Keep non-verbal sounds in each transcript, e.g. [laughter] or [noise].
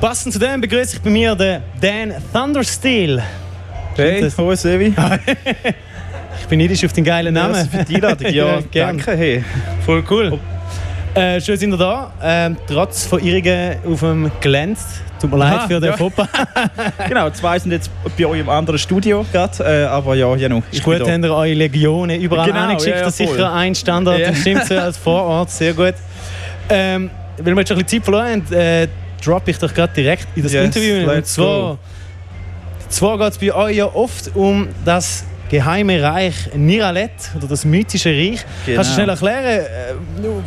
Passend zu dem begrüße ich bei mir den Dan Thundersteel. Hey, das- hoi Sevi. Ich bin neidisch auf den geilen Namen. Merci Ah, für die Ja, Einladung. Ja, gern. danke. Hey. Voll cool. [laughs] Äh, schön sind ihr da. Ähm, trotz Verirrungen auf dem Glänz. Tut mir leid Ah, für den ja. Fauxpas. Genau, zwei sind jetzt bei euch im anderen Studio gerade, äh, aber ja, Janu, ich Ist gut, bin habt ihr eure Legionen überall Genau, angeschickt. ja, ja, das ist voll. sicher ein Standard. Ja. Das stimmt so als Vorort. Sehr gut. Ähm, weil wir jetzt schon ein bisschen Zeit verloren haben, äh, droppe ich doch gerade direkt in das Yes, Interview. Und let's zwar, go. zwar geht es bei euch ja oft um das geheime Reich Niralet oder das mythische Reich. Genau. Kannst du schnell erklären, äh,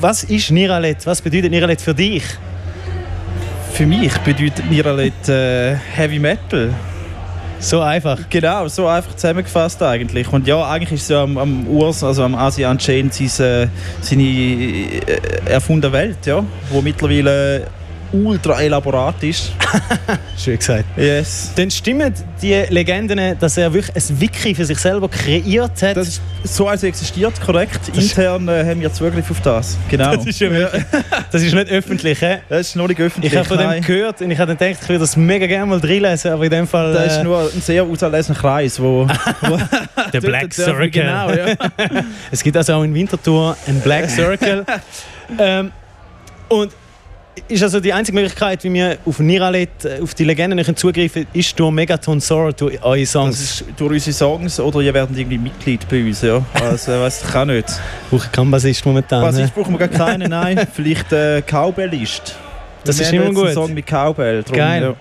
was ist Niralet? Was bedeutet Niralet für dich? da. Für mich bedeutet Niralet äh, Heavy Metal. So einfach. Genau, so einfach zusammengefasst eigentlich. Und ja, eigentlich ist es ja am, am Urs, also am Asi Unchained, seine, seine äh, erfundene Welt, ja, wo mittlerweile ultra elaborat ist. Schön gesagt. Yes. Dann stimmen die Legenden, dass er wirklich ein Wiki für sich selber kreiert hat. Das ist so also existiert, korrekt. ist- Intern äh, haben wir Zugriff auf das. Genau. Das ist ja wirklich- [laughs] das ist nicht öffentlich. He? Das ist noch nicht öffentlich. Ich habe von dem nein. gehört und ich habe dann gedacht, ich würde das mega gerne mal reinlesen, aber in dem Fall. Das ist äh, nur ein sehr auserlesener Kreis, [laughs] wo der dort dürfen wir Genau, [laughs] ja. Es gibt also auch in Winterthur einen Black [laughs] Circle. ähm, und ist also die einzige Möglichkeit, wie wir auf Niralet, äh, auf die Legenden können zugreifen können, ist durch Megaton Sorrow, durch eure Das Songs. Also, ist durch unsere Songs oder ihr werdet irgendwie Mitglied bei uns, ja. Also weiß ich [laughs] auch nicht. Ich brauche keinen Bassist momentan. Was he? ich brauchen wir gar [laughs] keinen, nein. Vielleicht äh, Cowbellist. Das Wir ist haben immer jetzt gut. Einen Song mit Cowbell. drum, Geil. ja.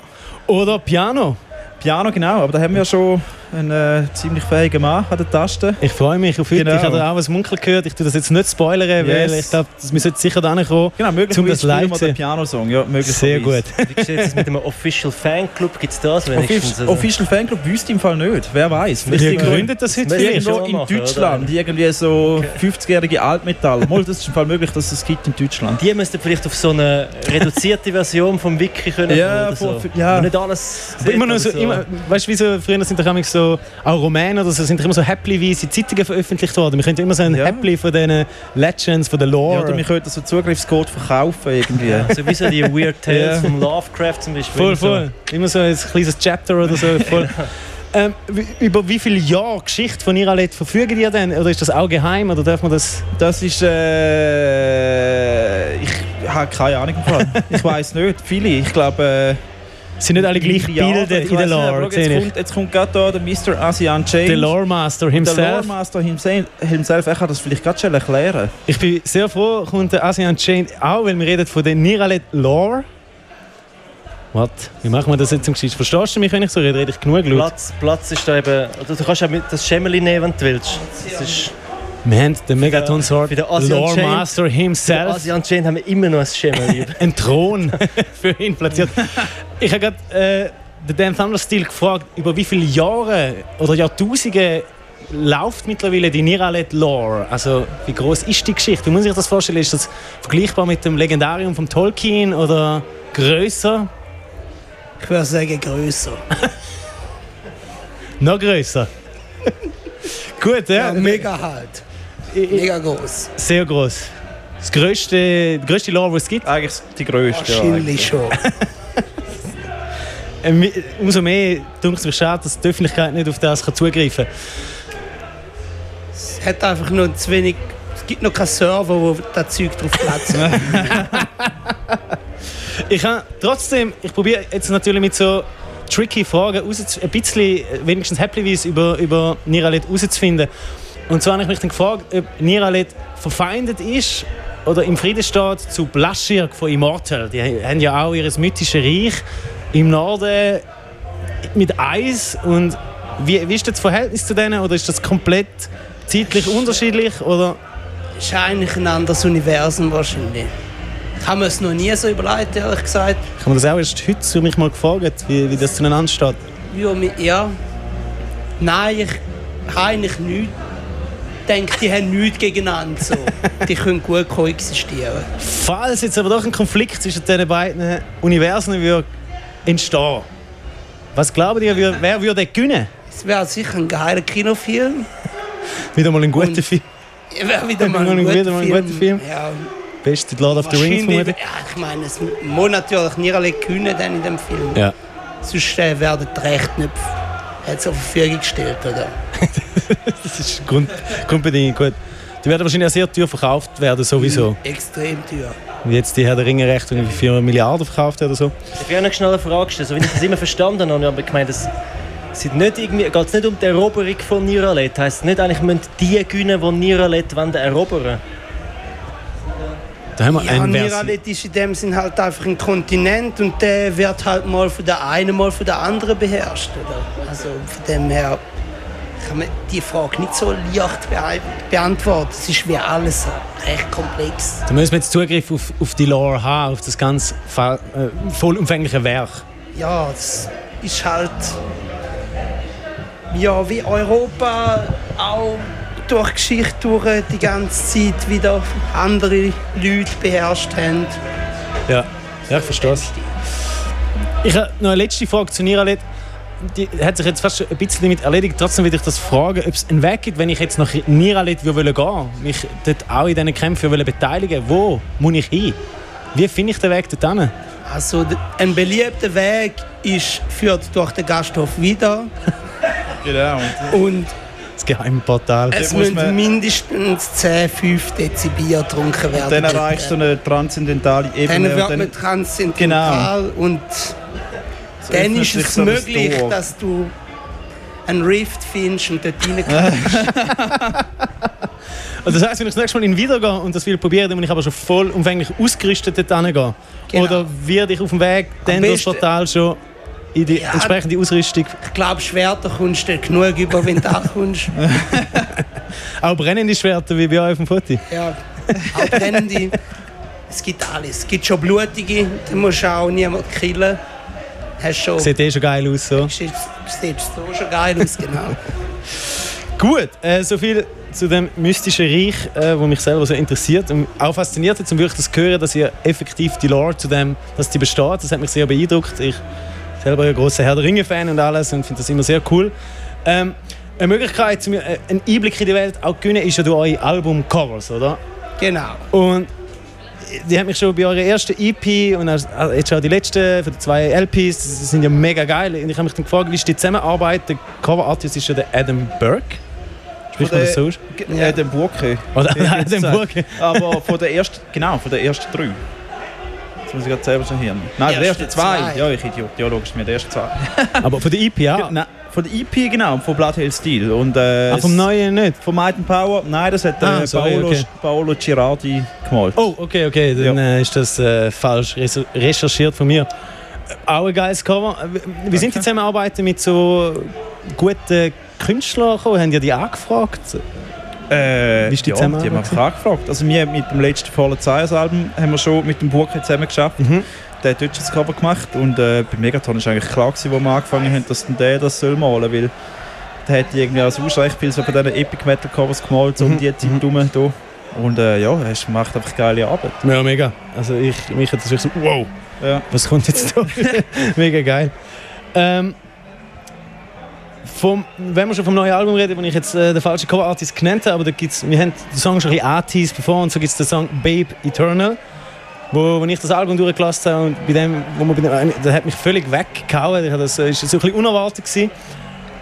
Oder Piano. Piano genau, aber da haben wir schon einen äh, ziemlich fähigen Mann an der Taste. Ich freue mich auf heute. Genau. Ich habe da auch was munkel gehört. Ich tue das jetzt nicht spoilern, weil Yes. ich glaube, wir sollten sicher da kommen. Genau, möglicherweise Zum Um das spielen live wir sehen. den Piano-Song. Ja, möglicherweise. Sehr gut. Wie sieht es mit dem Official Fanclub? Gibt es das wenigstens? Also, Official, Official Oh, Fanclub wüsste im Fall nicht. Wer weiß? Wir gründet das heute Das müssen wir vielleicht. schon Irgendwo mal in machen, Deutschland, irgendwie so 50-jährige Altmetall. Mal, das ist im Fall möglich, dass es gibt in Deutschland. die müssten vielleicht auf so eine reduzierte Version vom Wiki können. Ja, oder so. vor- ja. Wo nicht alles. Aber Ah. sieht, immer noch aber so, immer, weißt du, wie so, früher sind doch immer so, auch Rumänen oder so, sind doch immer so häppchenweise Zeitungen veröffentlicht worden. Wir könnten immer so ein Ja. Häppli von diesen Legends, von der Ja, Lore. oder wir könnten so Zugriffscode verkaufen irgendwie. Ja, so wie so die Weird Tales Ja. vom Lovecraft zum Beispiel. voll, So. voll. Immer so ein kleines Chapter oder so. [laughs] Voll. ähm, wie- über wie viele Jahre Geschichte von Iralet verfügen ihr denn? Oder ist das auch geheim? Oder darf man das... Das ist. Äh, ich habe keine Ahnung im Fall. Ich weiß nicht. Viele. Ich glaube. Äh, Sind nicht alle gleich Milliarden. gebildet in Ich der weiss nicht, aber Lore, schau, sehe jetzt, ich. kommt, jetzt kommt gerade da der Mr. Asian James. Der Lore Master Der himself. Lore Master himself, himself. Er kann das vielleicht gerade schon erklären. Ich bin sehr froh, kommt der ASEAN Chain auch, weil wir reden von der Niralet Lore. Was? Wie machen wir das jetzt im Geschichte? Verstehst du mich, wenn ich so rede? Rede ich genug laut? Platz, Platz ist da eben. Du, du kannst auch mit das Schemmeli nehmen, wenn du willst. Das ist, Wir haben den Megaton Sword, bei der ASEAN Lore Chain- Master himself, also anscheinend haben wir immer noch ein Schemmeli. einen Thron [laughs] für ihn platziert. ich habe gerade äh, den Dan Thunderstil gefragt, über wie viele Jahre oder Jahrtausende läuft mittlerweile die Niralet Lore? Also, wie groß ist die Geschichte? Wie muss ich das vorstellen? Ist das vergleichbar mit dem Legendarium von Tolkien oder größer? Ich würde sagen, grösser. Noch größer. [laughs] Gut, ja. Ja, mega halt. Mega groß. Sehr groß. Das größte, die größte Lore, die es gibt. Eigentlich die größte. ja, eigentlich. Wahrscheinlich schon. Ähm, mi- Umso mehr tut es mich schade, dass die Öffentlichkeit nicht auf das kann zugreifen kann. Es hat einfach nur zu wenig. Es gibt noch keinen Server, wo das Zeug drauf platzt. Ich habe trotzdem, ich probiere jetzt natürlich mit so tricky Fragen rauszu- ein bisschen, äh, wenigstens happyweise über, über Niralet herauszufinden. Und zwar habe ich mich dann gefragt, ob Niralet verfeindet ist oder im Frieden steht zu Blaschirk von Immortal. Die ha- haben ja auch ihr mythisches Reich im Norden mit Eis. Und wie, wie ist das Verhältnis zu denen? Oder ist das komplett zeitlich unterschiedlich? Oder ist eigentlich ein anderes Universum wahrscheinlich. Ich habe mir es noch nie so überlegt, ehrlich gesagt. ich habe mir das auch erst heute für mich mal gefragt, wie, wie das zueinander steht. Ja, mi- ja. Nein, ich habe eigentlich nichts. Ich denke, die haben nichts gegeneinander. [laughs] So. Die können gut koexistieren. Falls jetzt aber doch ein Konflikt zwischen diesen beiden Universen würde entstehen, was glaubt ihr, wür- wer würde gewinnen? Es wäre sicher ein geiler Kinofilm. Wieder mal ein guter Und- Film. Ja, wäre wieder mal Wieder ein mal guter ein Film. guter Film. Ja, Beste Lord of the Rings Wahrscheinlich- vermutlich. Ja, ich meine, es muss natürlich Nierle können dann in dem Film. Ja. Sonst äh, werden die Rechte nicht hat zur Verfügung gestellt, oder? Das ist Grund, Grundbedingung, gut. Die werden wahrscheinlich auch sehr teuer verkauft werden, sowieso. Extrem teuer. Wie jetzt die Herr der Ringe recht irgendwie 4 Milliarden verkauft oder so. Ich will auch noch schnell eine Frage stellen, so wie ich das immer verstanden habe, aber ich meine, das geht nicht, irgendwie- geht's nicht um die Eroberung von Niralet. Heißt es nicht eigentlich, müssen die gewinnen, die Niralet wollen erobern wollen? Da haben wir Ja, einen Vers. Niralet ist in dem Sinn halt einfach ein Kontinent und der wird halt mal von der einen, mal von der anderen beherrscht, oder? Also von dem her kann man die Frage nicht so leicht bee- beantworten. Es ist wie alles recht komplex. Da müssen wir jetzt Zugriff auf, auf die Lore haben, auf das ganz fa- äh, vollumfängliche Werk. ja, es ist halt ja, wie Europa auch durch die Geschichte durch die ganze Zeit wieder andere Leute beherrscht haben. Ja, ja ich verstehe es. Ich habe noch eine letzte Frage zu Niralet. Die hat sich jetzt fast schon ein bisschen damit erledigt. Trotzdem würde ich das fragen, ob es einen Weg gibt, wenn ich jetzt nach Niralet gehen würde, mich dort auch in diesen Kämpfen würde beteiligen Wo muss ich hin? Wie finde ich den Weg dort hin? Also d- ein beliebter Weg ist, führt durch den Gasthof wieder Genau. und Das geheime Portal. es muss müssen man- mindestens 10, 5 Dezibier getrunken werden. Dann erreichst du eine transzendentale Dann Ebene. wird und Genau. man transzendental und so Dann öffnet ist sich es so ein möglich, Tor. dass du einen Rift findest und [laughs] dort rein kannst. Also das heisst, wenn ich das nächste Mal in Wieder gehe und das will probieren, dann muss ich aber schon vollumfänglich ausgerüstet dort hingehen. Genau. Oder werde ich auf dem Weg dann das besten- Portal schon in die Ja. entsprechende Ausrüstung... Ich glaube, Schwerter kommst du genug über, wenn du [laughs] ankommst. Auch brennende Schwerter, wie bei euch auf dem Foto. Ja, auch brennende. Es gibt alles. Es gibt schon blutige, da musst du auch niemanden killen. Hast schon... Sieht eh schon geil aus, so. Sieht sieht so schon geil aus, genau. Gut, äh, soviel zu dem mystischen Reich, äh, wo mich selber so interessiert und auch fasziniert hat, zum wirklich das zu hören, dass ihr effektiv die Lore zu dem, dass die besteht, das hat mich sehr beeindruckt. Ich selber ein großer Herr der Ringe-Fan und alles und finde das immer sehr cool. Ähm, eine Möglichkeit, zum, äh, einen Einblick in die Welt auch zu gewinnen, ist ja durch eure Album-Covers, oder? Genau. Und die haben mich schon bei eurer ersten EP und auch- jetzt schon die letzten von den zwei LPs, das sind ja mega geil. Und ich habe mich dann gefragt, wie ist die Zusammenarbeit? Der Coverartist ist ja der Adam Burke. Spricht man das so aus? Ge- äh, den Burke. Oder Ich würd's Adam sagen. Burke. Aber von der ersten, genau, von der ersten drei. Jetzt muss ich gerade selber schon hier. Nein, von der Erste ersten zwei. zwei. Ja, ich Idiot. Ja, logisch, mir der erste zwei. Aber von der EP, ja. Nein, von der EP genau, von Blood Hill Steel. Und, äh, Ah, vom Neuen nicht. Von Might and Power? Nein, das hat äh, Ah, sorry, Paolo, okay. Paolo Girardi gemalt. Oh, okay, okay, dann Ja. äh, ist das äh, falsch reser- recherchiert von mir. Äh, Auch ein geiles Cover. Äh, Wie wie sind die Zusammenarbeiten mit so guten Künstlern gekommen? Haben ihr die angefragt? Äh, Wie ist die ja, Zusammenarbeit? Die haben wir gefragt. Also wir haben mit dem letzten Fallen Sires Album haben wir schon mit dem Burke zusammen geschafft. Mhm. Der hat deutsches Cover gemacht und äh, bei Megaton ist eigentlich klar gewesen, wo wir angefangen haben, dass denn der das soll malen, weil der hat irgendwie auch sonst recht viel so von diesen Epic Metal Covers gemalt, Mhm. so um die Zeit herum. hier. Und äh, ja, er macht einfach geile Arbeit. Ja, mega. Also ich, mich hat das wirklich so, wow, Ja. was kommt jetzt da? mega geil. Ähm, vom, wenn wir schon vom neuen Album reden, den ich jetzt äh, den falschen Cover-Artist genannt habe, aber da gibt's, wir haben den Song schon ein bisschen angeteased bevor und so gibt es den Song «Babe Eternal», wo, wenn ich das Album durchgelassen habe und bei dem, wo man bei dem, äh, der hat mich völlig weggehauen, ich habe das, äh, ist so ein bisschen unerwartet gewesen.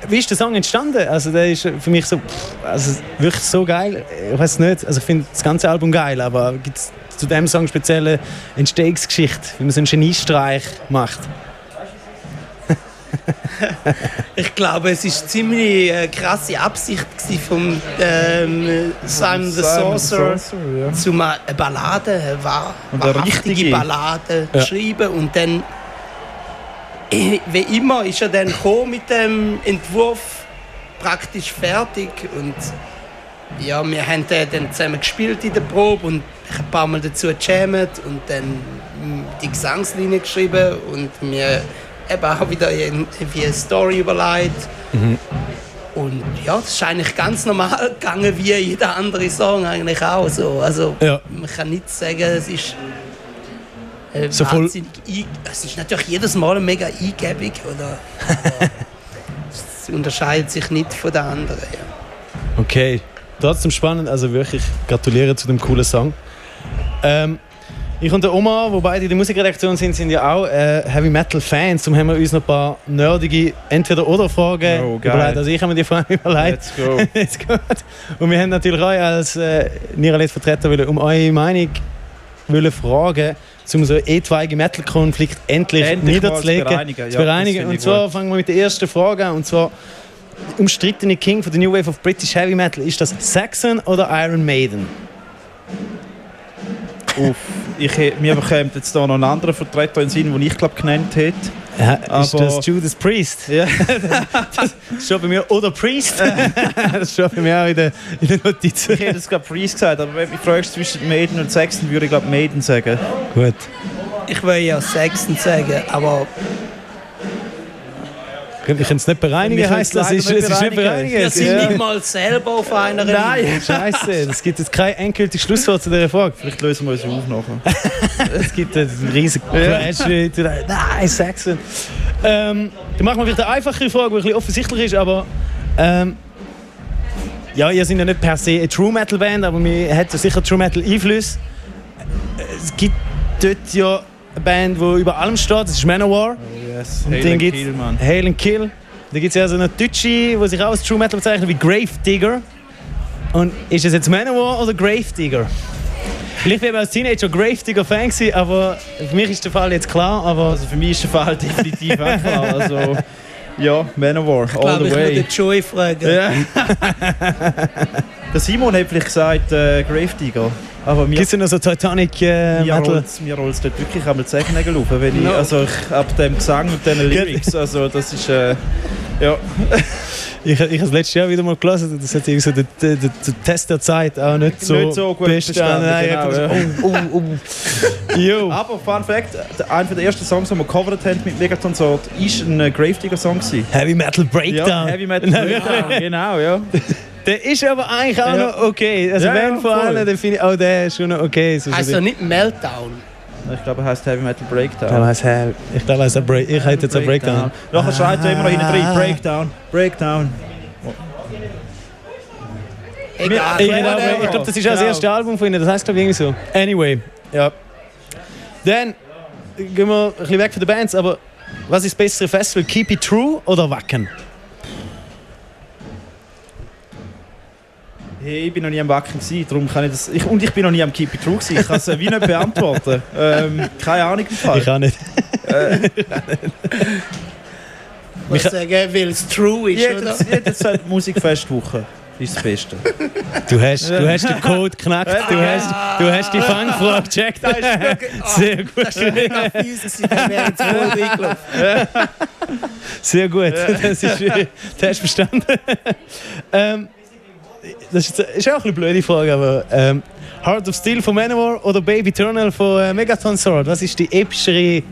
Wie ist der Song entstanden? Also der ist für mich so, pff, also wirklich so geil. Ich weiß nicht, also ich finde das ganze Album geil, aber gibt es zu dem Song spezielle Entstehungsgeschichte, wie man so einen Geniestreich macht? Ich glaube, es war ziemlich äh, krasse Absicht gewesen von ähm, Simon the Sorcerer. Sorcerer, ja. zu einer Ballade, war Und eine eine richtige richtige. Ballade Ja. schreiben und dann eh, wie immer ist er dann gekommen mit dem Entwurf praktisch fertig und ja, wir haben den dann zusammen gespielt in der Probe und ich hab ein paar Mal dazu gejammt und dann mm, die Gesangslinie geschrieben und mir eben auch wieder irgendwie eine Story überlegt. Mhm. Und ja, das ist eigentlich ganz normal [laughs] gegangen, wie jeder andere Song eigentlich auch so. Also Ja. man kann nicht sagen, es ist äh, So voll- wahnsinnig ein- Es ist natürlich jedes Mal mega eingebig, [laughs] oder? Aber es unterscheidet sich nicht von den anderen. Ja. Okay, trotzdem spannend, also wirklich gratuliere zu dem coolen Song. Ähm, ich und der Oma, wo beide in der Musikredaktion sind, sind ja auch äh, Heavy Metal Fans. Darum haben wir uns noch ein paar nerdige Entweder-Oder-Fragen Oh, geil. überlegt. Also ich habe mir die Fragen überlegt. [laughs] Let's go. Jetzt gut. Und wir haben natürlich euch als äh, Niralet-Vertreter wollen um eure Meinung wollen fragen, um so etwaige Metal-Konflikt endlich, Endlich mal niederzulegen, zu bereinigen. zu Ja, bereinigen. das finde und ich zwar gut. fangen wir mit der ersten Frage an. Und zwar umstrittene King von der New Wave of British Heavy Metal. Ist das Saxon oder Iron Maiden? Uff. Ich, hä- mir bekommt jetzt da noch einen anderen Vertreter in den Sinn, den ich glaube genannt hätte. Ja, ist Aber- das Judas Priest? [laughs] Ja. Das ist schon bei mir. Oder Priest? das ist schon bei mir auch in den, in den Notizen. Ich hätte es gerade Priest gesagt, aber wenn du mich fragst zwischen Maiden und Saxon, würde ich glaube Maiden sagen. Gut. Ich will ja Sexton sagen, aber Ich könnte es nicht bereinigen, Wir können heisst es das. Es ist, leider es nicht ist nicht bereinigen. bereinigen. wir sind Ja. nicht mal selber auf einer Linie. Scheiße, es gibt jetzt kein endgültiges Schlusswort zu dieser Frage. Vielleicht lösen wir uns auf nachher. Es gibt einen riesigen Crash. Nein, Saxon. Ähm, dann machen wir vielleicht eine einfachere Frage, die ein bisschen offensichtlich ist, aber. Ähm, ja, ihr seid ja nicht per se eine True Metal Band, aber wir hat ja sicher True Metal Einfluss. Äh, Es gibt dort ja eine Band, die über allem steht, das ist Manowar. Yes, Und Helen dann gibt's Kill, Mann. Hail and Kill. Dann gibt es ja so eine Deutsche, die sich auch als True Metal bezeichnet, wie Grave Digger. Und ist es jetzt Manowar oder Grave Digger? Vielleicht bin ich als Teenager Grave Digger Fan gewesen, aber für mich ist der Fall jetzt klar. Aber Also für mich ist [laughs] der Fall definitiv auch klar. Also, ja, Manowar, Ich all glaube, the ich würde way. den Joey fragen. Ja. der Simon hat vielleicht gesagt äh, Grave Digger, aber mir, gibt es denn noch so Titanic äh, mir Metal? rollt's- mir rollt es dort wirklich einmal die Zechennägel auf, wenn ich, No. also ich, ab dem Gesang und den Lyrics, also das ist, äh, ja. Ich, ich habe es letztes Jahr wieder mal gelesen, das hat irgendwie so den, den, den, den Test der Zeit auch nicht so, Nicht so gut bestanden, Nein, ich genau, hab gedacht, oh, oh, oh. Jo. Aber Fun Fact, der- einer der ersten Songs, die wir gecovert haben mit Megaton Sword, ist ein äh, Grave Digger Song gewesen. Heavy Metal Breakdown. Ja, Heavy Metal Breakdown, genau, ja. Der ist aber eigentlich auch Ja. noch okay. Also Ja, wenn ja, vor voll. allem, dann finde ich, oh, der ist schon noch okay. So Also nicht Meltdown. Ich glaube, er heißt Heavy Metal Breakdown. ich glaube, es ist ein Break- ich hätte jetzt einen Breakdown. Nachher schreit er immer noch hinten Ah. drin, Breakdown, Breakdown. Egal. Ich Breakdown. glaube, ich glaube, das ist auch das Genau. erste Album von ihnen. Das heißt, glaube ich, irgendwie so. Anyway, ja. Dann gehen wir ein bisschen weg von den Bands, aber was ist das bessere Festival? Keep It True oder Wacken? Hey, ich bin noch nie am Wacken gewesen, darum kann ich das... Ich, und ich bin noch nie am Keep It True gewesen. Ich kann es äh, wie nicht beantworten. [laughs] Ähm, keine Ahnung im Fall. Ich auch nicht. Ich würde sagen, weil es true ist, oder? Jedes, jedes Zeit Musikfestwoche ist das Beste. Du hast, du hast den [laughs] Code knackt, du hast, du hast die Fangfrage gecheckt. Das ist wirklich- ah, Sehr gut. [laughs] das ist mega fies gewesen, dann wäre ich jetzt [laughs] wohl reingelaufen. Sehr gut, [laughs] das ist, äh, das hast du [laughs] verstanden. ähm, das ist, jetzt- ist auch eine blöde Frage, aber ähm, Heart of Steel von Manowar oder Baby Eternal von äh, Megaton Sword? Was ist die epischere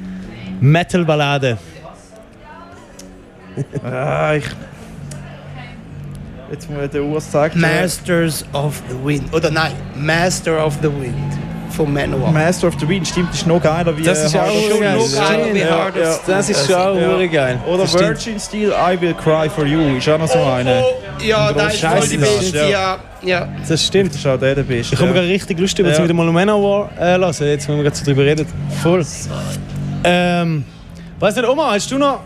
Metal-Ballade? ah, ich... Jetzt muss ich den Urs sagen. Masters of the Wind. Oder nein, Master of the Wind von Manowar. Master of the Wind, stimmt, ist noch geiler wie... Das ist äh, auch Hard of schon Steel. noch geiler wie Ja, Hard of ja. Steel. Das ist schon auch hure geil. Oder Virgin Steel, I Will Cry For You, ist auch noch so eine. Oh, ja, da ist voll Scheiße, die das Beste. ist, Ja, ja. Das stimmt. Das ist auch der der Beste. Ich komme ja. gerade richtig Lust über, ja. Ja. wieder mal Manowar äh, lassen, jetzt wenn wir gerade so drüber reden. Voll. Ähm, weißt du, Oma, hast du noch...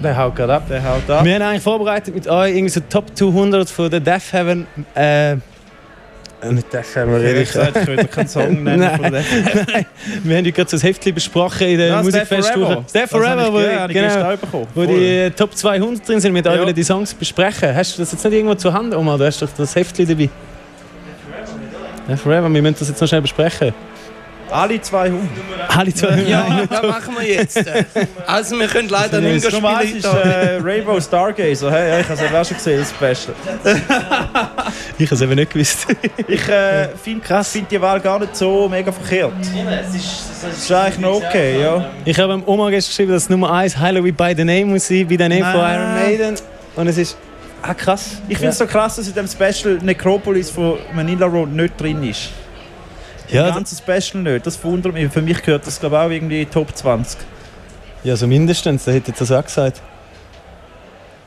Der haut gerade ab. Der haut ab. Wir haben eigentlich vorbereitet mit euch irgendwie so Top 200 von der Death Heaven. Äh, äh, nicht Death Heaven, Ich rede hätte ich. gesagt, ich könnte keinen [laughs] Song nennen Nein. von der. [laughs] Wir haben ja gerade so ein Heftchen besprochen in der Ja, Musikfestwoche. Stay Forever, wo, wo ich genau, gestern bekommen. wo die äh, Top 200 drin sind, mit euch Ja. wollen die Songs besprechen. Hast du das jetzt nicht irgendwo zur Hand, Oma? Du hast doch das Heftchen dabei. Death Forever, wir müssen das jetzt noch schnell besprechen. Alle 200. Alle 200. Ja, das machen wir [laughs] jetzt. Also, wir können leider nicht mehr Das Nummer eins spielen. ist äh, Rainbow Stargazer. Hey, ja, ich habe es auch schon gesehen, das Beste. Ich habe es eben nicht gewusst. [laughs] Ich äh, finde find die Wahl gar nicht so mega verkehrt. Es ist, Das ist eigentlich noch okay, ja. Ich habe am Oma gestern geschrieben, dass Nummer 1 Halloween by the Name muss sein, by the Name von Iron Nein. Maiden. Und es ist... Ah, krass. Ich finde es so krass, dass in dem Special Necropolis von Manila Road nicht drin ist. Ja, Das ganze Special nicht, das wundert mich. Für mich gehört das, glaube ich, auch irgendwie in die Top 20. Ja, so mindestens, da hätte ich das auch gesagt.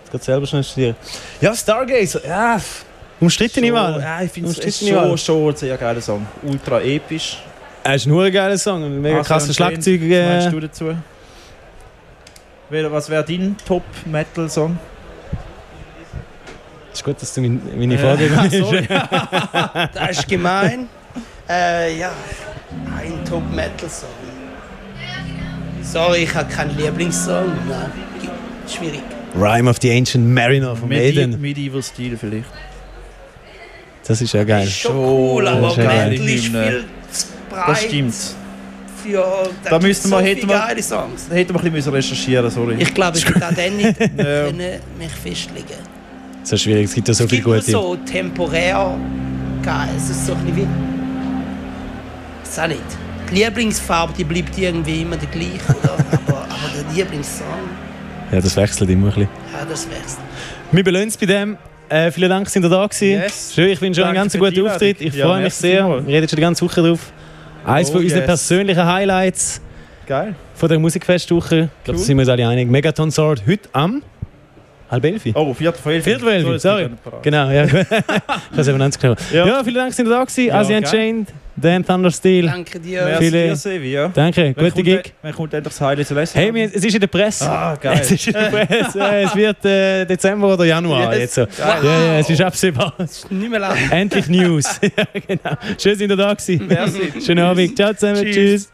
Jetzt geht selber schnell studieren. Ja, Stargazer, ja. äh, f- Umstritten So, mal. Ja, ich finde es Umstritten schon, Wahl. schon ein sehr geiler Song. Ultra episch. Er ist ein hure geiler Song, Ah, ein mega Arthur krasser und Jane, Schlagzeug. Was meinst Äh, du dazu? Wer- Was wäre dein Top-Metal-Song? ist gut, dass du Äh, mein, meine [laughs] Frage übernimmst. Das ist gemein. äh, ja, ein Top-Metal-Song. Sorry, ich habe keinen Lieblingssong. Nein, gi- schwierig. Rhyme of the Ancient Mariner von Maiden. Medieval-Stil vielleicht. Das ist ja geil. Ist schon So, cool, das aber ist ja Metal geil. ist viel Das breit stimmt. für Da gibt's müssten so wir- viele hätten wir- geile Songs. Da hätten wir ein bisschen recherchieren müssen, sorry. Ich glaube, ich würde auch dann [laughs] nicht Ja. können mich festlegen können. So schwierig, es gibt ja so Es viele gibt nur gute. so temporär geil. Es ist so ein bisschen wie. Ist auch nicht. Die Lieblingsfarbe die bleibt irgendwie immer die gleiche, [laughs] oder? aber, aber der Lieblingssong, Ja, das wechselt immer ein bisschen. ja, das wär's. Wir belohnen es bei dem. Äh, vielen Dank, dass ihr da gewesen. Yes. Schön, ich bin schon ein Danke ganz für die guter Einladung. Auftritt. Ich Ja, freue mich merci sehr. vielmals. Wir reden schon die ganze Woche drauf. Eins Oh, von unseren yes. persönlichen Highlights Geil. von der Musikfestwoche. Ich glaube, da Cool. sind wir uns alle einig. Megaton Sword heute am halb elf. Oh, Viertel von elf. Viertel vor elf, So, jetzt sorry. bin ich parat. Genau, ja. [laughs] ich habe es eben ernst genommen. Ja. Ja. vielen Dank, dass ihr da gewesen. Ja, Asi gern. Unchained, Dan Thundersteel. Danke dir. Merci Viele- dir, Sevi, ja. Danke, Wann gute kommt Gig. der- Wann kommt endlich das Highlight zu lesen? Hey, wir, es ist in der Presse. [laughs] Ah, geil. Es ist in der [laughs] Presse. Äh, es wird äh, Dezember oder Januar Yes. jetzt so. Ja, ja, es ist absehbar. Das ist nicht mehr lang. [laughs] Endlich News. ja, genau. Schön, dass ihr da gewesen. Merci. Schönen Abend. Ciao zusammen. Tschüss. Tschüss.